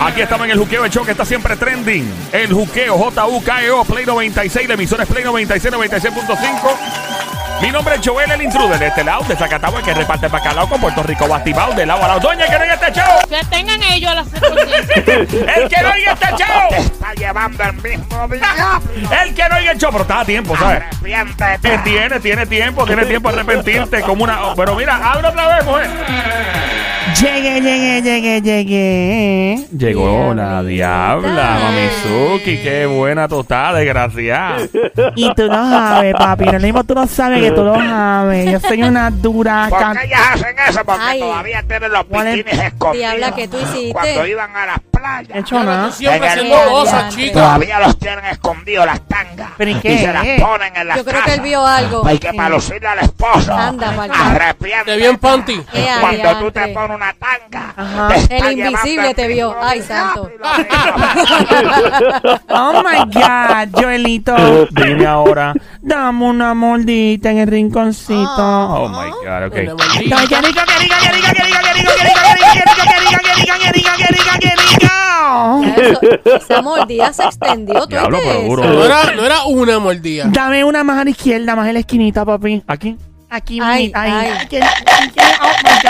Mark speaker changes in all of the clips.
Speaker 1: Aquí estamos en el juqueo de show que está siempre trending. El juqueo J-U-K-E-O E Play 96 de emisiones Play 96, 96.5. Mi nombre es Joel el Intruder de este lado, de Zacatagua, que reparte bacalao con Puerto Rico, Batibao, de lado a lado. Doña, que no oiga este show.
Speaker 2: Que tengan ellos la circunstancia.
Speaker 1: El que no oiga este show.
Speaker 3: Está llevando el mismo diablo.
Speaker 1: El que no oiga el show, pero está a tiempo, ¿sabes? Eh,
Speaker 3: Arrepiéntete.
Speaker 1: Tiene, tiene tiempo, tiene tiempo a arrepentirte como una... oh, Pero mira, habla otra vez, mujer.
Speaker 4: Llegué, llegué, llegué, llegué.
Speaker 1: Llegó la diabla, Mamizuki. Qué buena tostada, desgraciada.
Speaker 4: Y tú no sabes, papi. Lo mismo tú no sabes que tú lo sabes. Yo soy una dura
Speaker 3: ¿Por
Speaker 4: can-
Speaker 3: qué ellas hacen eso? Porque
Speaker 5: Ay.
Speaker 3: todavía tienen los
Speaker 4: ¿Cuál es-
Speaker 3: bikinis escondidos.
Speaker 5: Diabla, ¿qué tú hiciste?
Speaker 3: Cuando iban a las
Speaker 4: He
Speaker 3: playas.
Speaker 4: hecho nada.
Speaker 6: Siempre
Speaker 3: Venga,
Speaker 6: haciendo
Speaker 5: Diabla.
Speaker 6: cosas, chicas.
Speaker 3: Todavía los tienen escondidos las tangas.
Speaker 4: ¿Pero y
Speaker 3: y
Speaker 4: qué?
Speaker 3: se las ponen en las
Speaker 5: Yo creo que él
Speaker 3: casas.
Speaker 5: vio algo.
Speaker 3: Hay que para lucirle al esposo.
Speaker 5: Anda, pa'l carajo.
Speaker 3: Arrepiéntete.
Speaker 6: Te vi en panty.
Speaker 5: Qué
Speaker 3: Cuando tú te
Speaker 5: adiante.
Speaker 3: pones una tanga,
Speaker 4: Ajá.
Speaker 3: te está
Speaker 5: El
Speaker 3: llevando
Speaker 5: invisible te vio.
Speaker 3: mismo
Speaker 5: Ay,
Speaker 3: diablo
Speaker 4: Oh my God, Joelito.
Speaker 1: Dime ahora.
Speaker 4: Dame una moldita en el rinconcito.
Speaker 1: Oh, my God, ok.
Speaker 6: Una maldita.
Speaker 4: Ay, qué rico, qué rico, qué rico, qué rico, qué rico, qué rico, qué rico, qué rico, qué rico, qué rico, qué rico, qué rico, qué rico.
Speaker 5: Eso, esa mordida se extendió. ¿Tú
Speaker 1: Diablo,
Speaker 5: viste
Speaker 1: pero
Speaker 5: eso?
Speaker 1: duro.
Speaker 6: No era, no era una mordida.
Speaker 4: Dame una más a la izquierda, más en la esquinita, papi.
Speaker 1: Aquí.
Speaker 4: Aquí,
Speaker 5: Ay,
Speaker 4: ahí. Ay,
Speaker 5: ay.
Speaker 4: qué- ay, qué- Oh my God.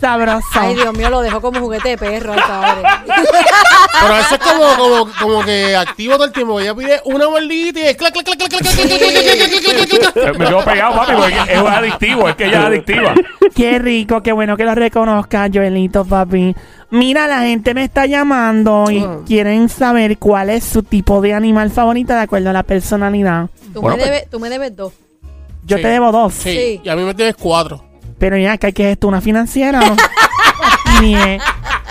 Speaker 4: Sabroso.
Speaker 5: Ay, Dios mío, lo dejó como juguete de perro al padre.
Speaker 6: Pero eso es como, como, como que activo todo el tiempo. Ella pide una mordida y es clac, clac, clac, clac, clac, clac, clac, clac, clac, clac, clac, clac, clac.
Speaker 1: Eh, Me quedo pegado, papi, porque es adictivo. Es que ella es adictiva.
Speaker 4: Qué rico, qué bueno que lo reconozcas, Joelito, papi. Mira, la gente me está llamando y quieren saber cuál es su tipo de animal favorito de acuerdo a la personalidad.
Speaker 5: Tú,
Speaker 1: Bueno, pues-
Speaker 5: me debes, tú me debes dos.
Speaker 4: Yo
Speaker 6: Sí.
Speaker 4: te debo dos,
Speaker 6: Sí, y a mí me tienes cuatro.
Speaker 4: pero ya, ¿qué, qué es esto? ¿Una financiera? o no? Bien.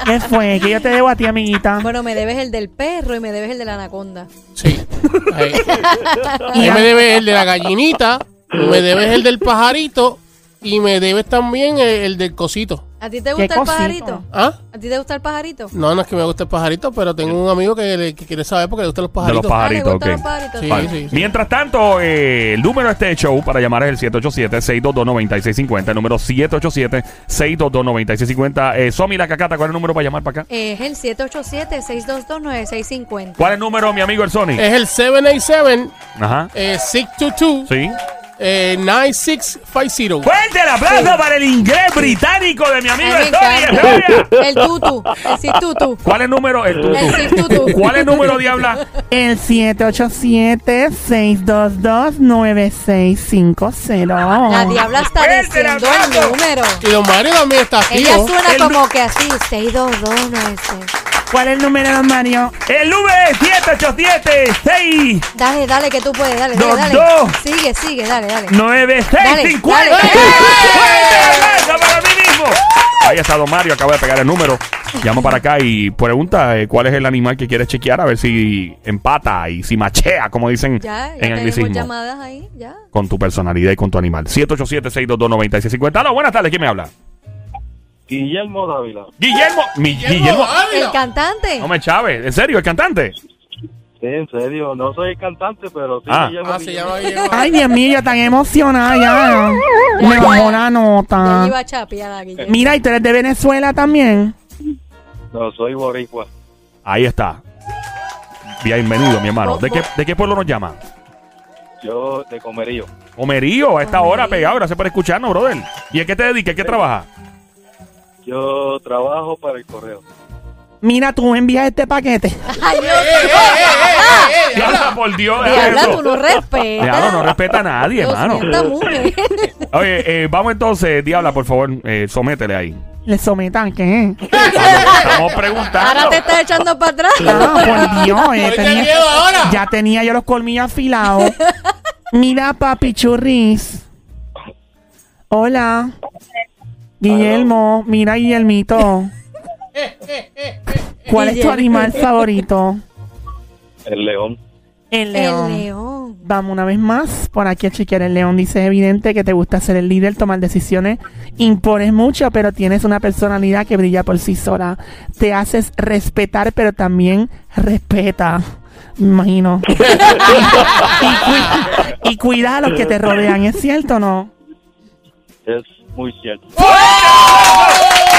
Speaker 4: ¿Qué fue? Que yo te debo a ti, amiguita.
Speaker 5: Bueno, me debes el del perro y me debes el de la anaconda.
Speaker 6: Sí. Ahí. Ahí me debes el de la gallinita, me debes el del pajarito y me debes también el, el del cosito.
Speaker 5: ¿A ti te
Speaker 4: ¿Qué
Speaker 5: gusta el
Speaker 4: cosita?
Speaker 5: pajarito?
Speaker 6: ¿Ah?
Speaker 5: ¿A ti te gusta el pajarito?
Speaker 6: No, no es que me guste el pajarito, pero tengo un amigo que, le- que quiere saber porque le gustan los
Speaker 1: De los
Speaker 6: pajaritos.
Speaker 5: Ah, ¿le
Speaker 1: pajaritos,
Speaker 5: gustan
Speaker 1: ok.
Speaker 5: los pajaritos?
Speaker 6: Sí,
Speaker 1: Vale.
Speaker 6: sí, sí.
Speaker 1: Mientras tanto, eh, el número de este show para llamar es el 787-622-9650. El número 787-622-9650. Eh, Somi la cacata, ¿cuál es el número para llamar para acá?
Speaker 5: Es el 787-622-9650.
Speaker 1: ¿Cuál es el número, mi amigo el Sony?
Speaker 6: es el 787
Speaker 1: Ajá.
Speaker 6: eh, 622
Speaker 1: Sí.
Speaker 6: eh, 9650.
Speaker 1: Fuerte el aplauso para el inglés británico de mi amigo
Speaker 5: Ay,
Speaker 1: el
Speaker 5: me
Speaker 1: Sony.
Speaker 5: encanta.
Speaker 1: ¡Estrella!
Speaker 5: El tutu, el situtu.
Speaker 1: ¿Cuál es el número? El tutu.
Speaker 5: El situtu.
Speaker 1: ¿Cuál es el número, diabla?
Speaker 4: El 787-622-9650.
Speaker 5: La diabla está
Speaker 1: Fuerte el
Speaker 5: diciendo
Speaker 1: aplauso.
Speaker 5: el número.
Speaker 6: Y Don Mario también está
Speaker 5: Ella
Speaker 6: activo.
Speaker 5: suena
Speaker 1: El
Speaker 5: como que así, 62296.
Speaker 4: ¿Cuál es el número, don Mario?
Speaker 1: El número 787 6
Speaker 5: Dale, dale, que tú puedes, dale,
Speaker 1: Dos,
Speaker 5: dale, dale.
Speaker 1: dos.
Speaker 5: Sigue, sigue, dale, dale.
Speaker 1: 9650.
Speaker 5: Dale, dale.
Speaker 1: ¡Fuerte la para mí mismo! Ahí está Don Mario, acaba de pegar el número. Llama para acá y pregunta eh, cuál es el animal que quieres chequear, a ver si empata y si machea, como dicen
Speaker 5: Ya, ya
Speaker 1: en
Speaker 5: tenemos
Speaker 1: anglicismo.
Speaker 5: llamadas ahí, ya.
Speaker 1: Con tu personalidad y con tu animal. 787-622-9650. Hola, buenas tardes. ¿Quién me habla?
Speaker 7: Guillermo Dávila.
Speaker 1: Guillermo. Mi- Guillermo.
Speaker 5: El cantante.
Speaker 1: No me chaves. ¿En serio? ¿El cantante?
Speaker 7: Sí, en serio, no soy cantante, pero sí
Speaker 1: Ah.
Speaker 7: Guillermo
Speaker 6: Ah, se
Speaker 7: Guillermo.
Speaker 6: llama Guillermo.
Speaker 4: Ay, Dios mío, yo tan emocionada ya. Me bajó la
Speaker 5: Ya
Speaker 4: nota.
Speaker 5: iba a chapear a Guillermo.
Speaker 4: Mira, y tú eres de Venezuela también.
Speaker 7: No, soy boricua.
Speaker 1: Ahí está. Bienvenido, mi hermano. ¿De qué, de qué pueblo nos llama?
Speaker 7: Yo de comerío.
Speaker 1: Comerío, a esta
Speaker 5: Comerío.
Speaker 1: hora pegado. Gracias por escucharnos, brother. ¿Y en qué te dedicas? ¿En qué trabajas?
Speaker 7: Yo trabajo para el correo.
Speaker 4: Mira, tú envías este paquete.
Speaker 1: Ah.
Speaker 5: Ay, Dios
Speaker 6: ¡Eh, eh, eh, eh, eh, eh!
Speaker 1: Diabla, por Dios. deja
Speaker 5: Diabla,
Speaker 1: eso.
Speaker 5: tú no respetas.
Speaker 1: Diablo, no respeta a nadie,
Speaker 5: Dios
Speaker 1: hermano.
Speaker 5: mío, esta mujer.
Speaker 1: Oye, eh, vamos entonces, Diabla, por favor, eh, sométele ahí.
Speaker 4: Le sometan, ¿qué?
Speaker 1: Estamos
Speaker 5: Ahora
Speaker 1: preguntando.
Speaker 5: te estás echando para atrás.
Speaker 4: Ah, por Dios. eh,
Speaker 6: Ay, qué
Speaker 4: tenía-
Speaker 6: miedo ahora.
Speaker 4: ya tenía yo los colmillos afilados. Mira, papi churris. Hola. Guillermo, mira, Guillermito. ¿Cuál es tu
Speaker 5: Guillermo.
Speaker 4: animal favorito?
Speaker 7: El león.
Speaker 4: El
Speaker 5: El león.
Speaker 4: Vamos una vez más por aquí a chequear el león. Dice, es evidente que te gusta ser el líder, tomar decisiones, impones mucho, pero tienes una personalidad que brilla por sí sola. Te haces respetar, pero también respeta. Me imagino. y, cuida, y cuida a los que te rodean, ¿es cierto o no?
Speaker 7: es muy cierto.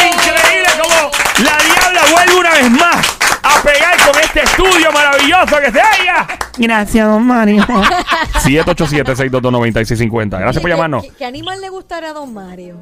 Speaker 1: Increíble como la diabla vuelve una vez más a pegar con este estudio maravilloso que se halla.
Speaker 4: Gracias, don Mario.
Speaker 1: 787-622-9650. Gracias por
Speaker 5: Oye, ¿qué-
Speaker 1: llamarnos.
Speaker 5: ¿Qué, qué animal le gustará a Don Mario?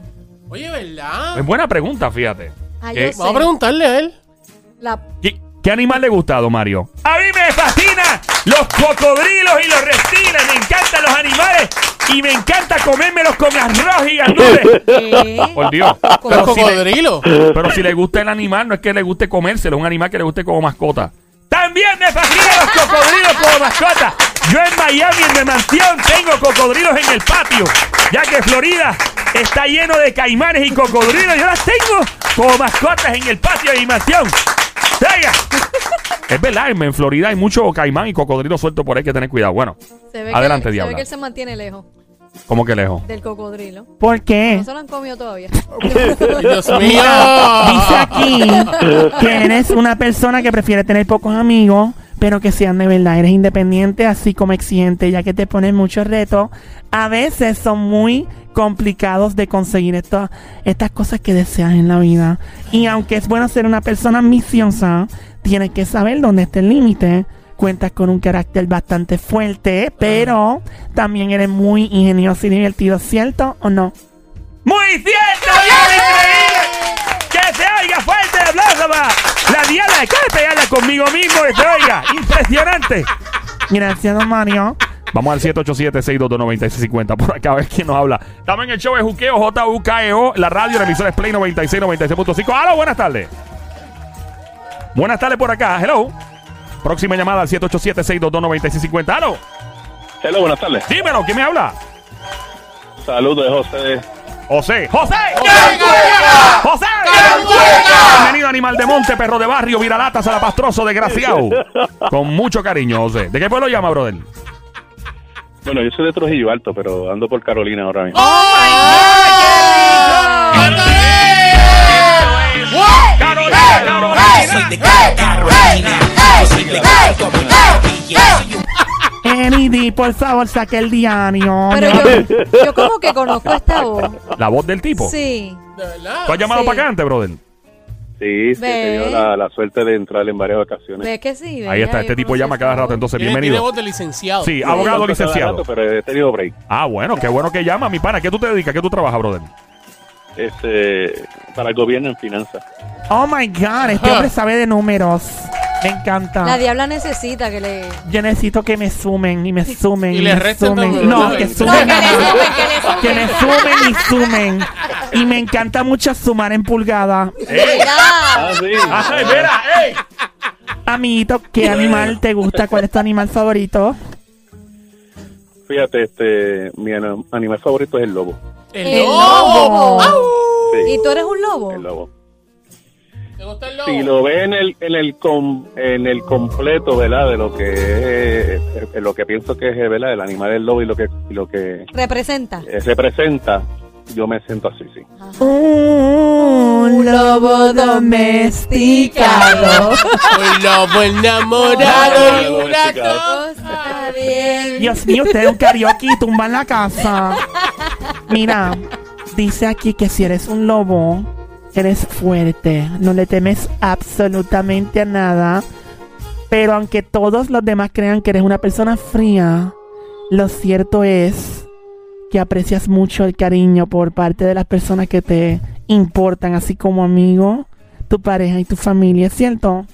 Speaker 6: Oye, ¿verdad?
Speaker 1: Es buena pregunta, fíjate.
Speaker 5: Ah,
Speaker 1: ¿Qué?
Speaker 5: yo sé.
Speaker 6: Vamos a preguntarle a él.
Speaker 5: La-
Speaker 1: ¿Qué, qué animal le gusta, don Mario? A mí me fascina los cocodrilos y los reptiles. Me encantan los animales y me encanta comérmelos con arroz y gandules.
Speaker 5: ¿Qué?
Speaker 1: Por Dios.
Speaker 6: Los
Speaker 1: Pero si, le,
Speaker 6: cocodrilos.
Speaker 1: pero si le gusta el animal, no es que le guste comérselo, es un animal que le guste como mascota. También me fascinan los cocodrilos como mascota. Yo en Miami, en mi mansión, tengo cocodrilos en el patio, ya que Florida está lleno de caimanes y cocodrilos. Yo las tengo como mascotas en el patio de mi mansión. ¡Venga! Es verdad, en en Florida hay mucho caimán y cocodrilo suelto por ahí, hay que tener cuidado. Bueno,
Speaker 5: Se ve
Speaker 1: Adelante,
Speaker 5: que, Se
Speaker 1: diabla.
Speaker 5: ve que él se mantiene lejos
Speaker 1: como que lejos.
Speaker 5: del cocodrilo.
Speaker 4: ¿Por qué?
Speaker 5: No se lo han comido todavía.
Speaker 6: Dios mío.
Speaker 4: Dice aquí que eres una persona que prefiere tener pocos amigos, pero que sean de verdad. Eres independiente, así como exigente, ya que te pones muchos retos. A veces son muy complicados de conseguir esto- estas cosas que deseas en la vida. Y aunque es bueno ser una persona ambiciosa, tienes que saber dónde está el límite. Cuentas con un carácter bastante fuerte, pero también eres muy ingenioso y divertido, ¿cierto o no?
Speaker 1: ¡Muy cierto! ¡Bien, increíble! ¡Que se oiga fuerte el aplauso para la diabla! ¡Hay que pegarla conmigo mismo que se oiga! ¡Impresionante!
Speaker 4: Gracias, don Mario.
Speaker 1: Vamos al 787-622-9650 por acá a ver quién nos habla. Estamos en el show de Juqueo, J-U-K-E-O, E la radio, la emisora es Play 96, 96.5. ¡Halo! Buenas tardes. Buenas tardes por acá. Hello. Próxima llamada al 787-622-9650. ¡Halo!
Speaker 7: Hello, buenas tardes.
Speaker 1: Dímelo, ¿quién me habla?
Speaker 7: Saludos de José.
Speaker 1: José. ¡José! ¡José! Bienvenido, animal de monte, perro de barrio, viralata, salapastroso, desgraciado. Con mucho cariño, José. ¿De qué pueblo llama, brother?
Speaker 7: Bueno, yo soy de Trujillo Alto, pero ando por Carolina ahora
Speaker 5: Oh,
Speaker 7: mismo.
Speaker 6: Ah,
Speaker 4: Enidi, por favor, saque el diario.
Speaker 5: Pero yo, yo como que conozco esta voz.
Speaker 1: La voz del tipo.
Speaker 5: Sí.
Speaker 6: ¿De verdad?
Speaker 1: ¿Tú has llamado
Speaker 5: Sí.
Speaker 1: para acá antes, brother?
Speaker 7: Sí, sí,
Speaker 5: Ve.
Speaker 7: he tenido la, la suerte de entrar en varias ocasiones.
Speaker 5: Ve que sí. ve,
Speaker 1: Ahí está,
Speaker 5: ya,
Speaker 1: este
Speaker 5: yo
Speaker 1: tipo
Speaker 5: conozco
Speaker 1: llama
Speaker 5: esta
Speaker 1: cada rato,
Speaker 5: voz.
Speaker 1: entonces
Speaker 6: Tiene- Tiene
Speaker 1: bienvenido.
Speaker 6: voz de licenciado.
Speaker 1: Sí,
Speaker 7: No
Speaker 1: abogado
Speaker 7: tanto cada
Speaker 1: licenciado.
Speaker 7: rato, pero he tenido break.
Speaker 1: Ah, bueno, qué bueno que llama, mi pana. ¿Qué tú te dedicas? ¿Qué tú trabajas, brother?
Speaker 7: Este, para el gobierno en finanzas.
Speaker 4: Oh my God, este hombre sabe de números. Me encanta.
Speaker 5: Ah. La diabla necesita que le.
Speaker 1: Eh.
Speaker 4: Yo necesito que me sumen y me sumen.
Speaker 6: Y le
Speaker 4: me
Speaker 6: resten
Speaker 4: sumen.
Speaker 6: también.
Speaker 4: No,
Speaker 6: No,
Speaker 4: que
Speaker 6: que
Speaker 4: sumen.
Speaker 5: le sumen, que le sumen.
Speaker 4: Que me sumen y sumen. Y me encanta mucho sumar en pulgada.
Speaker 5: Mira.
Speaker 7: Ah, sí.
Speaker 1: ¡Ay, Ah, mira! ¡Ey!
Speaker 4: Amiguito, ¿qué animal te gusta? ¿Cuál es tu animal favorito?
Speaker 7: Fíjate, este, mi anim- animal favorito es el lobo.
Speaker 6: El,
Speaker 5: El
Speaker 6: lobo.
Speaker 5: lobo.
Speaker 6: Au.
Speaker 7: Sí,
Speaker 5: ¿Y tú eres un lobo?
Speaker 7: el lobo.
Speaker 6: ¿Te gusta el lobo?
Speaker 7: Si lo ve en el, en el, com- en el completo, ¿verdad? De lo que es, eh, lo que pienso que es, ¿verdad? El animal del lobo y lo que, y lo que
Speaker 5: Representa.
Speaker 7: eh, representa, yo me siento así, sí.
Speaker 4: Un lobo
Speaker 5: domesticado.
Speaker 6: Un lobo enamorado y un gato.
Speaker 5: Está bien.
Speaker 4: Dios mío, ustedes un karaoke y tumban la casa. Mira, dice aquí que si eres un lobo, eres fuerte, no le temes absolutamente a nada. Pero aunque todos los demás crean que eres una persona fría, lo cierto es que aprecias mucho el cariño por parte de las personas que te importan, así como amigo, tu pareja y tu familia, ¿cierto?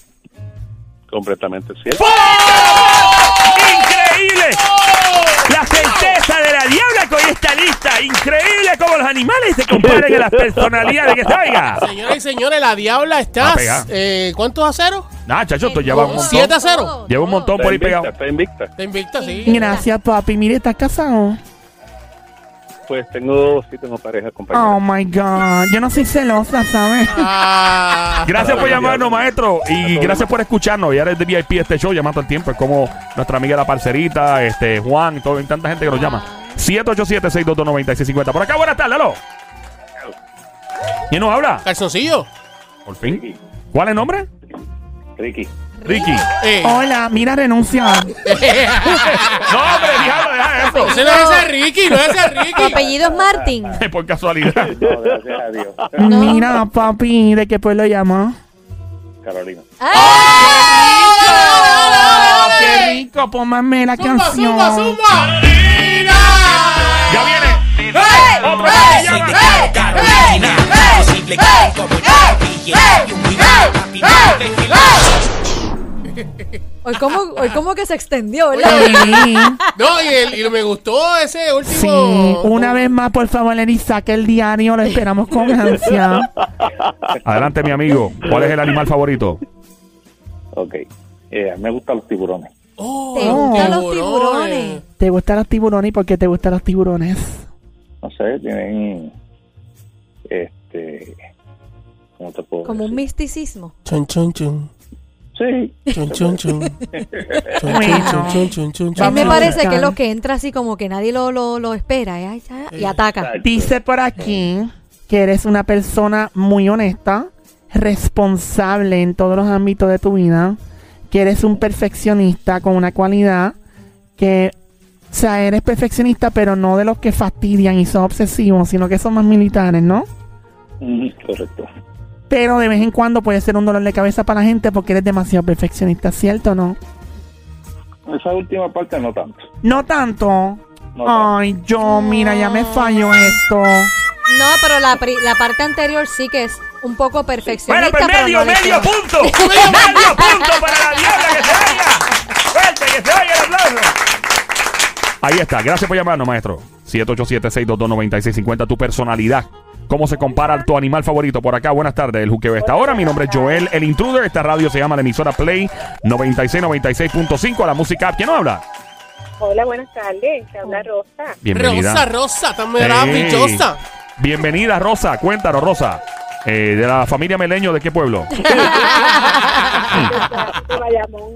Speaker 7: Completamente cierto.
Speaker 1: ¡Increíble! La certeza de la diabla que hoy está lista. Increíble cómo los animales se comparen a las personalidades que se oiga.
Speaker 6: Señoras y señores, la diabla
Speaker 1: Va a
Speaker 6: está.
Speaker 1: pegar.
Speaker 6: Eh, ¿Cuántos a cero?
Speaker 1: Nah, Ah, chacho, esto lleva un montón.
Speaker 6: Siete a cero.
Speaker 1: Lleva un montón por
Speaker 7: Está
Speaker 1: ahí
Speaker 7: invicta,
Speaker 1: pegado.
Speaker 7: está invicta.
Speaker 6: Te invicta, sí.
Speaker 4: Gracias, papi. Mire, ¿estás casado?
Speaker 7: Pues tengo, sí tengo pareja, compañera.
Speaker 4: Oh my god, yo no soy celosa, ¿sabes?
Speaker 6: Ah.
Speaker 1: Gracias por llamarnos, maestro. Y gracias por escucharnos. Ya eres de VIP de este show, llamando al tiempo. Es como nuestra amiga la parcerita, este, Juan, todo, y tanta gente que nos llama. 787-622-9650. Por acá, buenas tardes, aló. ¿Quién nos habla?
Speaker 6: Calzoncillo.
Speaker 1: Por fin. ¿Cuál es el nombre?
Speaker 7: Ricky.
Speaker 1: Ricky.
Speaker 6: Eh,
Speaker 4: Hola, mira, renuncia.
Speaker 1: No, hombre, diablo, deja eso.
Speaker 6: ese no es ese Ricky, no es ese
Speaker 5: Tu
Speaker 6: Ricky.
Speaker 5: apellido es Martín.
Speaker 1: Por casualidad.
Speaker 7: No, gracias a Dios.
Speaker 4: Mira, papi, ¿de qué pueblo llama?
Speaker 7: Carolina.
Speaker 5: ¡Ah!
Speaker 4: ¡Qué rico! Pónganme la
Speaker 6: Zumba,
Speaker 4: canción.
Speaker 6: zumba, zumba.
Speaker 1: Ya viene. Otro que llama.
Speaker 5: Hoy como, hoy como que se extendió, ¿verdad?
Speaker 4: Sí,
Speaker 6: No, y, el, y me gustó ese último.
Speaker 4: sí. Una vez más, por favor, Lenny, saque el diario. Lo esperamos con ansia.
Speaker 1: Adelante, mi amigo. ¿Cuál es el animal favorito?
Speaker 7: Ok. Eh, me gustan los tiburones.
Speaker 6: Oh,
Speaker 5: Te gustan los tiburones.
Speaker 4: ¿Te gustan los tiburones? ¿Por qué te gustan los tiburones?
Speaker 7: No sé, tienen. Este. ¿Cómo te puedo
Speaker 5: Como un
Speaker 7: decir?
Speaker 5: misticismo.
Speaker 6: Chun, chun, chun.
Speaker 7: Sí.
Speaker 6: Chun, chun, chun. Chun, chun,
Speaker 4: Bueno.
Speaker 6: chun, chun, chun,
Speaker 5: A
Speaker 6: chun,
Speaker 5: mí me
Speaker 4: Vamos a
Speaker 5: parece
Speaker 4: buscar.
Speaker 5: que es lo que entra así como que nadie lo, lo, lo espera. ¿eh? Ay, ya, Y ataca.
Speaker 4: Dice por aquí que eres una persona muy honesta, responsable en todos los ámbitos de tu vida, que eres un perfeccionista con una cualidad que, o sea, eres perfeccionista, pero no de los que fastidian y son obsesivos, sino que son más militares, ¿no?
Speaker 7: Mm, Correcto.
Speaker 4: Pero de vez en cuando puede ser un dolor de cabeza para la gente porque eres demasiado perfeccionista, ¿cierto o no?
Speaker 7: Esa última parte no tanto.
Speaker 4: No tanto.
Speaker 7: No
Speaker 4: Ay, yo, mira, ya me falló esto.
Speaker 5: No, pero la, pri- la parte anterior sí que es un poco
Speaker 1: Bueno,
Speaker 5: perfeccionista.
Speaker 1: pero
Speaker 5: pero
Speaker 1: medio,
Speaker 5: no del
Speaker 1: medio
Speaker 5: todo.
Speaker 1: punto. medio punto para la diabla que se vaya. Fuerte, que se vaya el aplauso. Ahí está. Gracias por llamarnos, maestro. 787-622-9650. Tu personalidad. ¿Cómo se compara a tu animal favorito? Por acá, buenas tardes. El juqueo está ahora. Mi nombre es Joel, el intruder. Esta radio se llama la emisora Play 96, 96.5. La música app. ¿Quién nos habla?
Speaker 8: Hola, buenas tardes. Te habla Rosa.
Speaker 1: Bienvenida.
Speaker 6: Rosa, rosa, tan
Speaker 1: Hey.
Speaker 6: maravillosa.
Speaker 1: Bienvenida, Rosa. Cuéntanos, Rosa. Eh, de la familia Meleño, ¿de qué pueblo?
Speaker 8: De Bayamón.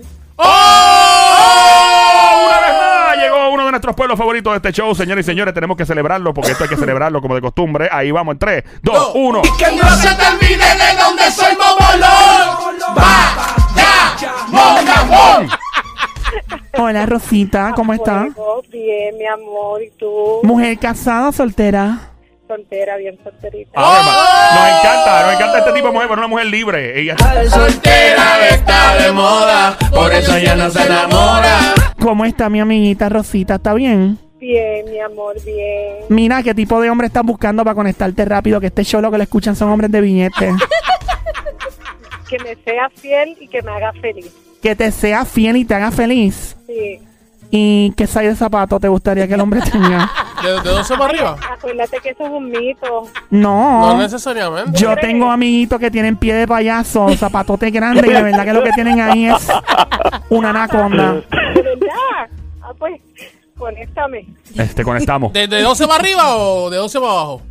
Speaker 1: ¡Oh! Una vez más llegó uno de nuestros pueblos favoritos de este show, señores y señores. Tenemos que celebrarlo porque esto hay que celebrarlo como de costumbre. Ahí vamos en 3, 2, 1.
Speaker 9: Que no se te olvide de donde soy Mobolón. Vaya, Monamón.
Speaker 4: Hola, Rosita, ¿cómo estás?
Speaker 8: Luego, Pues, bien, mi amor. ¿Y tú?
Speaker 4: Mujer casada o soltera.
Speaker 8: Soltera, bien solterita.
Speaker 1: Ah. Nos encanta, nos encanta este tipo de mujer, pero una mujer libre. Ella-
Speaker 9: Soltera está de moda, por eso ya no se enamora.
Speaker 4: ¿Cómo está mi amiguita Rosita? ¿Está bien?
Speaker 8: Bien, mi amor, bien.
Speaker 4: Mira, ¿qué tipo de hombre estás buscando para conectarte rápido? Que este show lo que le escuchan son hombres de billete.
Speaker 8: Que me sea fiel y que me haga feliz.
Speaker 4: que te sea fiel y te haga feliz.
Speaker 8: Sí.
Speaker 4: ¿Y qué size de zapato te gustaría que el hombre tenga?
Speaker 6: ¿De, de 12 para arriba?
Speaker 8: Acuérdate que eso es un mito.
Speaker 4: No.
Speaker 6: No necesariamente.
Speaker 4: yo tengo amiguitos que tienen pie de payaso, zapatote grande, y de verdad que lo que tienen ahí es una anaconda.
Speaker 8: ¿De verdad? Ah, pues, conéctame.
Speaker 1: Este, conectamos.
Speaker 6: ¿De, de 12 para arriba o de 12 para abajo?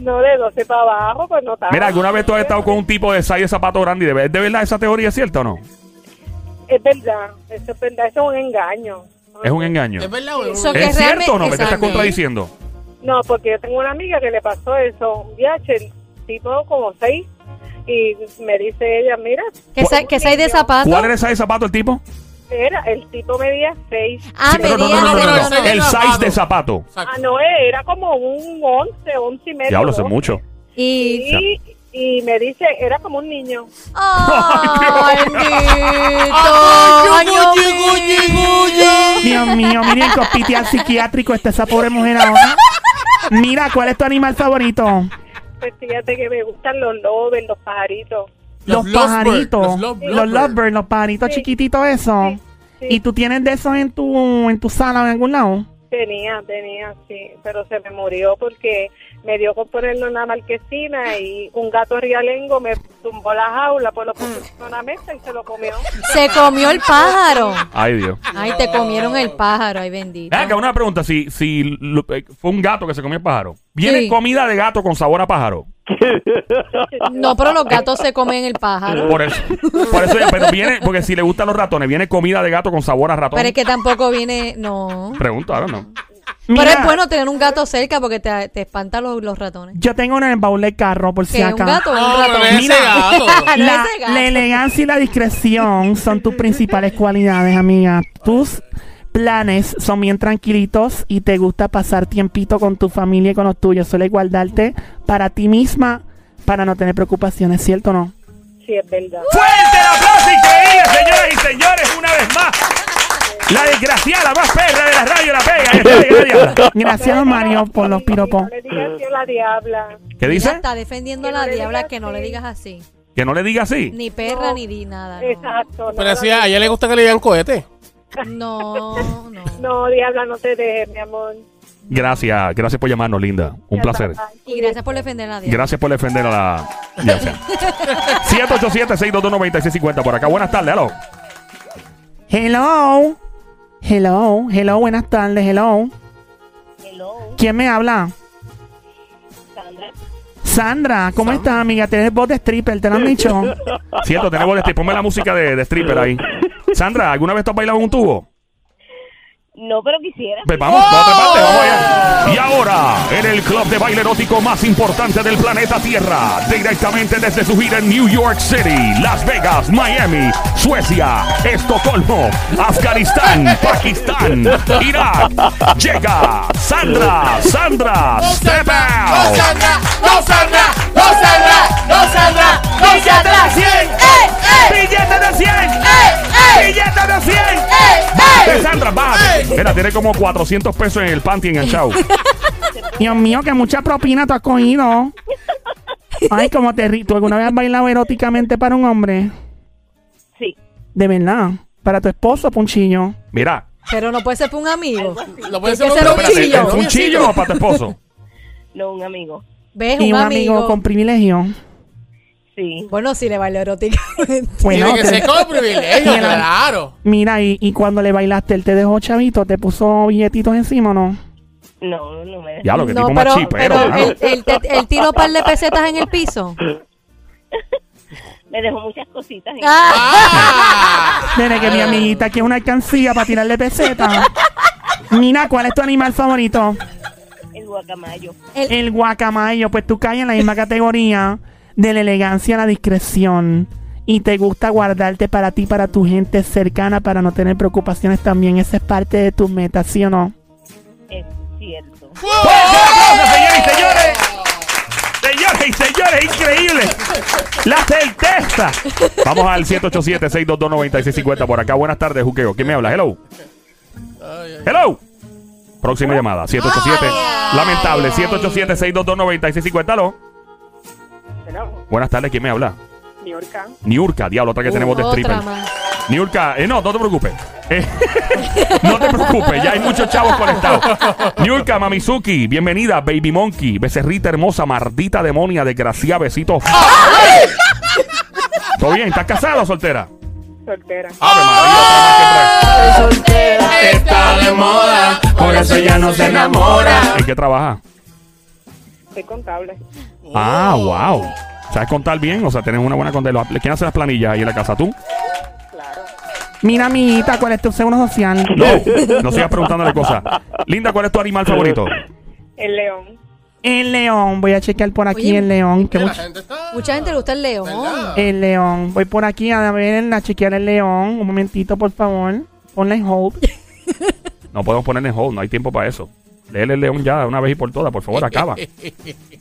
Speaker 8: No de 12 para abajo, pues no tanto.
Speaker 1: Mira, ¿alguna vez tú has estado con un tipo de size de zapato grande y de, ver- de verdad esa teoría es cierta o no?
Speaker 8: Es verdad. Eso es verdad. Eso es un engaño.
Speaker 1: Es un engaño.
Speaker 6: ¿Es verdad o
Speaker 5: Eso
Speaker 6: no? ¿Eh?
Speaker 5: que
Speaker 1: ¿Es
Speaker 5: realmente-
Speaker 1: cierto o no? Me te estás
Speaker 5: Exacto.
Speaker 1: contradiciendo.
Speaker 8: No, porque yo tengo una amiga que le pasó eso, un viaje, el tipo como seis, y me dice ella, mira,
Speaker 5: Que, sa- que seis de zapato.
Speaker 1: ¿Cuál era el size de zapato el tipo?
Speaker 8: era, el tipo medía seis.
Speaker 5: Ah,
Speaker 1: Sí, pero no, no,
Speaker 5: medía
Speaker 1: no, no,
Speaker 5: seis,
Speaker 1: no,
Speaker 6: pero
Speaker 1: no,
Speaker 6: ese-
Speaker 1: El size de zapato.
Speaker 8: Ah, no, era como un once, once y medio.
Speaker 1: Diablo, hace
Speaker 8: ¿no?
Speaker 1: mucho.
Speaker 5: Y.
Speaker 8: Y, y me dice, era como un niño.
Speaker 5: ¡Ay, bendito!
Speaker 6: Ay,
Speaker 5: ¡Ay,
Speaker 6: yo,
Speaker 5: Dios mío!
Speaker 4: Dios mío, miren qué hospital psiquiátrico está esa pobre mujer ahora. Mira, ¿cuál es tu animal favorito?
Speaker 8: Pues fíjate que me gustan los lobos, los pajaritos.
Speaker 4: Los, pajaritos.
Speaker 6: Los
Speaker 4: Los lovebirds, los pajaritos
Speaker 8: Sí.
Speaker 4: chiquititos, eso.
Speaker 8: Sí, sí.
Speaker 4: ¿Y tú tienes de esos en tu, en tu sala o en algún lado?
Speaker 8: Tenía, tenía, sí, pero se me murió porque me dio con ponerlo en la marquesina y un gato rialengo me tumbó la jaula, pues
Speaker 4: Ah.
Speaker 8: lo puso en una mesa y se lo comió.
Speaker 5: Se comió el pájaro.
Speaker 1: Ay, Dios.
Speaker 5: Ay, te comieron el pájaro. Ay, bendito.
Speaker 1: Ven acá, una pregunta. Si, si lo- eh, fue un gato que se comió el pájaro, ¿viene
Speaker 5: Sí.
Speaker 1: comida de gato con sabor a pájaro?
Speaker 5: No, pero los gatos se comen el pájaro.
Speaker 1: Por eso, por eso, pero viene, porque si le gustan los ratones, ¿viene comida de gato con sabor a ratón?
Speaker 5: Pero es que tampoco viene. No.
Speaker 1: Pregunta, ahora no.
Speaker 5: Pero
Speaker 4: Mira,
Speaker 5: es bueno tener un gato cerca porque te, te espanta los, los ratones.
Speaker 4: Yo tengo una en el baúl del carro, por si
Speaker 5: Que un
Speaker 4: acaso.
Speaker 5: gato es
Speaker 1: Ah,
Speaker 5: un
Speaker 6: No,
Speaker 5: ratón.
Speaker 6: no es ese gato.
Speaker 5: Ah, No
Speaker 4: La,
Speaker 5: es ese gato.
Speaker 4: la elegancia y la discreción son tus principales cualidades, amiga. Tus planes son bien tranquilitos y te gusta pasar tiempito con tu familia y con los tuyos. Suele guardarte para ti misma para no tener preocupaciones, ¿cierto o no?
Speaker 8: Sí, es verdad.
Speaker 1: Fuerte el aplauso, increíble, señoras y señores, una vez más. La desgraciada más perra de la radio la pega. que está de la diabla.
Speaker 4: Gracias, Mario, por los piropos.
Speaker 8: No le digas que la diabla.
Speaker 1: ¿Qué
Speaker 5: Ella
Speaker 1: dice?
Speaker 5: está defendiendo a
Speaker 8: Que
Speaker 5: la
Speaker 8: no le
Speaker 5: diabla
Speaker 8: digas
Speaker 5: que no le
Speaker 8: así.
Speaker 5: digas así.
Speaker 1: Que no le diga así.
Speaker 5: Ni perra ni di nada. No.
Speaker 8: Exacto. no
Speaker 6: Pero
Speaker 8: la
Speaker 6: así a ella le gusta que le digan cohete.
Speaker 5: No, no.
Speaker 8: No, diabla, no te dejes, mi amor.
Speaker 1: Gracias, gracias por llamarnos, linda. Un placer.
Speaker 5: Y gracias por defender a la diabla.
Speaker 1: Gracias por defender a la. Ya sea. 787-622-9650 por acá. Buenas tardes, aló.
Speaker 4: Hello. Hello. Hello, buenas tardes. Hello.
Speaker 8: Hello,
Speaker 4: ¿Quién me habla?
Speaker 8: Sandra.
Speaker 4: Sandra, ¿cómo estás, amiga? Tienes voz de stripper, te lo han dicho.
Speaker 1: Siento, tenemos este. Ponme la música de, de stripper ahí. Sandra, ¿alguna vez tú has bailado en un tubo?
Speaker 8: No, pero quisiera.
Speaker 1: Pues vamos, vamos, prepárate, vamos allá. Y ahora, en el club de baile erótico más importante del planeta Tierra, directamente desde su gira en New York City, Las Vegas, Miami, Suecia, Estocolmo, Afganistán, Pakistán, Irak, llega Sandra, Sandra, step out.
Speaker 9: saldrá, no saldrá, no saldrá, no saldrá. Billete de 100, ¡eh, eh!
Speaker 1: ¡Billete de 100!
Speaker 9: ¡Eh, eh!
Speaker 1: ¡Billete de 100!
Speaker 9: ¡Eh,
Speaker 1: Bájate, Sandra, bájate.
Speaker 9: Ey.
Speaker 1: Mira, tiene como 400 pesos en el panty enganchado.
Speaker 4: Dios mío, que mucha propina tú has cogido. Ay, como te ri- ¿Tú alguna vez has bailado eróticamente para un hombre?
Speaker 8: Sí.
Speaker 4: De verdad. Para tu esposo, Punchillo.
Speaker 1: Mira,
Speaker 5: Pero no puede ser por un amigo.
Speaker 6: Lo puede
Speaker 5: Tiene
Speaker 6: ser
Speaker 5: que
Speaker 6: un
Speaker 5: ser un
Speaker 1: espérate,
Speaker 5: chillo.
Speaker 1: ¿es un chillo o para tu esposo?
Speaker 8: No, un amigo.
Speaker 5: ¿Ves?
Speaker 4: Y un amigo con privilegio.
Speaker 8: Sí.
Speaker 5: Bueno, sí le bailó eróticamente.
Speaker 4: Bueno,
Speaker 6: Tiene que
Speaker 4: te-
Speaker 6: ser con privilegio,
Speaker 4: Mira.
Speaker 6: claro.
Speaker 4: mira, y, y cuando le bailaste, él te dejó chavito, te puso billetitos encima, ¿o ¿no?
Speaker 8: No, no me
Speaker 1: Ya lo que
Speaker 5: no,
Speaker 1: tipo más
Speaker 5: pero,
Speaker 1: chipero, Pues,
Speaker 5: pero
Speaker 1: mano.
Speaker 5: el, el, te- el tiro par de pesetas en el piso.
Speaker 8: Me dejó muchas cositas.
Speaker 5: Ah,
Speaker 6: ¡Ah!
Speaker 4: Nene, que mi amiguita aquí es una alcancía para tirarle peseta. Mira, ¿cuál es tu animal favorito?
Speaker 8: El guacamayo.
Speaker 5: el-
Speaker 4: El guacamayo, pues tú caes en la misma categoría de la elegancia a la discreción. Y te gusta guardarte para ti, para tu gente cercana, para no tener preocupaciones también. Esa es parte de tus metas, ¿sí o no?
Speaker 8: Es cierto.
Speaker 1: ¡Fuerte el aplauso, señores y señores! Señores y señores, increíble. La certeza. Vamos al 787-622-9650 por acá. Buenas tardes, Juqueo. ¿Quién me habla? Hello. Hello. Próxima llamada, 787. Lamentable, 787-622-9650. Aló.
Speaker 8: Hello,
Speaker 1: Buenas tardes, ¿quién me habla?
Speaker 8: Niurka.
Speaker 1: Niurka, diablo, otra que tenemos de stripper.
Speaker 5: otra más.
Speaker 1: Niurka, eh, no, no te preocupes. Eh, no te preocupes, ya hay muchos chavos conectados. Niurka, Mamizuki, bienvenida, Baby Monkey, becerrita hermosa, mardita demonia, desgraciada, besitos. ¿Todo bien? ¿Estás casada o soltera?
Speaker 8: Soltera.
Speaker 1: Ave María, otra más que
Speaker 9: Está de moda, por eso ya no se enamora.
Speaker 1: trae. ¿En qué trabaja?
Speaker 8: Soy contable.
Speaker 1: Ah, wow. ¿Sabes contar bien? O sea, tienes una buena contabilidad. ¿Quién hace las planillas ahí en la casa? ¿Tú?
Speaker 4: Mira, amiguita, ¿cuál es tu seguro social?
Speaker 1: No. No sigas preguntándole cosas. Linda, ¿cuál es tu animal favorito?
Speaker 8: El león.
Speaker 4: El león. Voy a chequear por aquí
Speaker 5: Oye,
Speaker 4: el león. que mucho-
Speaker 6: gente está.
Speaker 5: Mucha gente le gusta el león.
Speaker 6: ¿Verdad?
Speaker 4: El león. Voy por aquí a ver, a chequear el león. Un momentito, por favor. Ponla en hold.
Speaker 1: No podemos ponerle en hold, no hay tiempo para eso. Léele el león ya de una vez y por todas, por favor, acaba.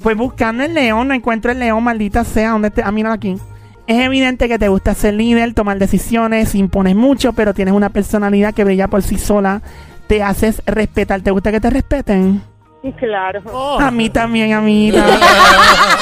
Speaker 4: Pues buscando el león, no encuentro el león, maldita sea, ¿dónde te... Ah, míralo aquí. Es evidente que te gusta ser líder, tomar decisiones, impones mucho, pero tienes una personalidad que brilla por sí sola. Te haces respetar. ¿Te gusta que te respeten?
Speaker 8: Claro.
Speaker 6: Oh.
Speaker 4: A mí también, amiguita.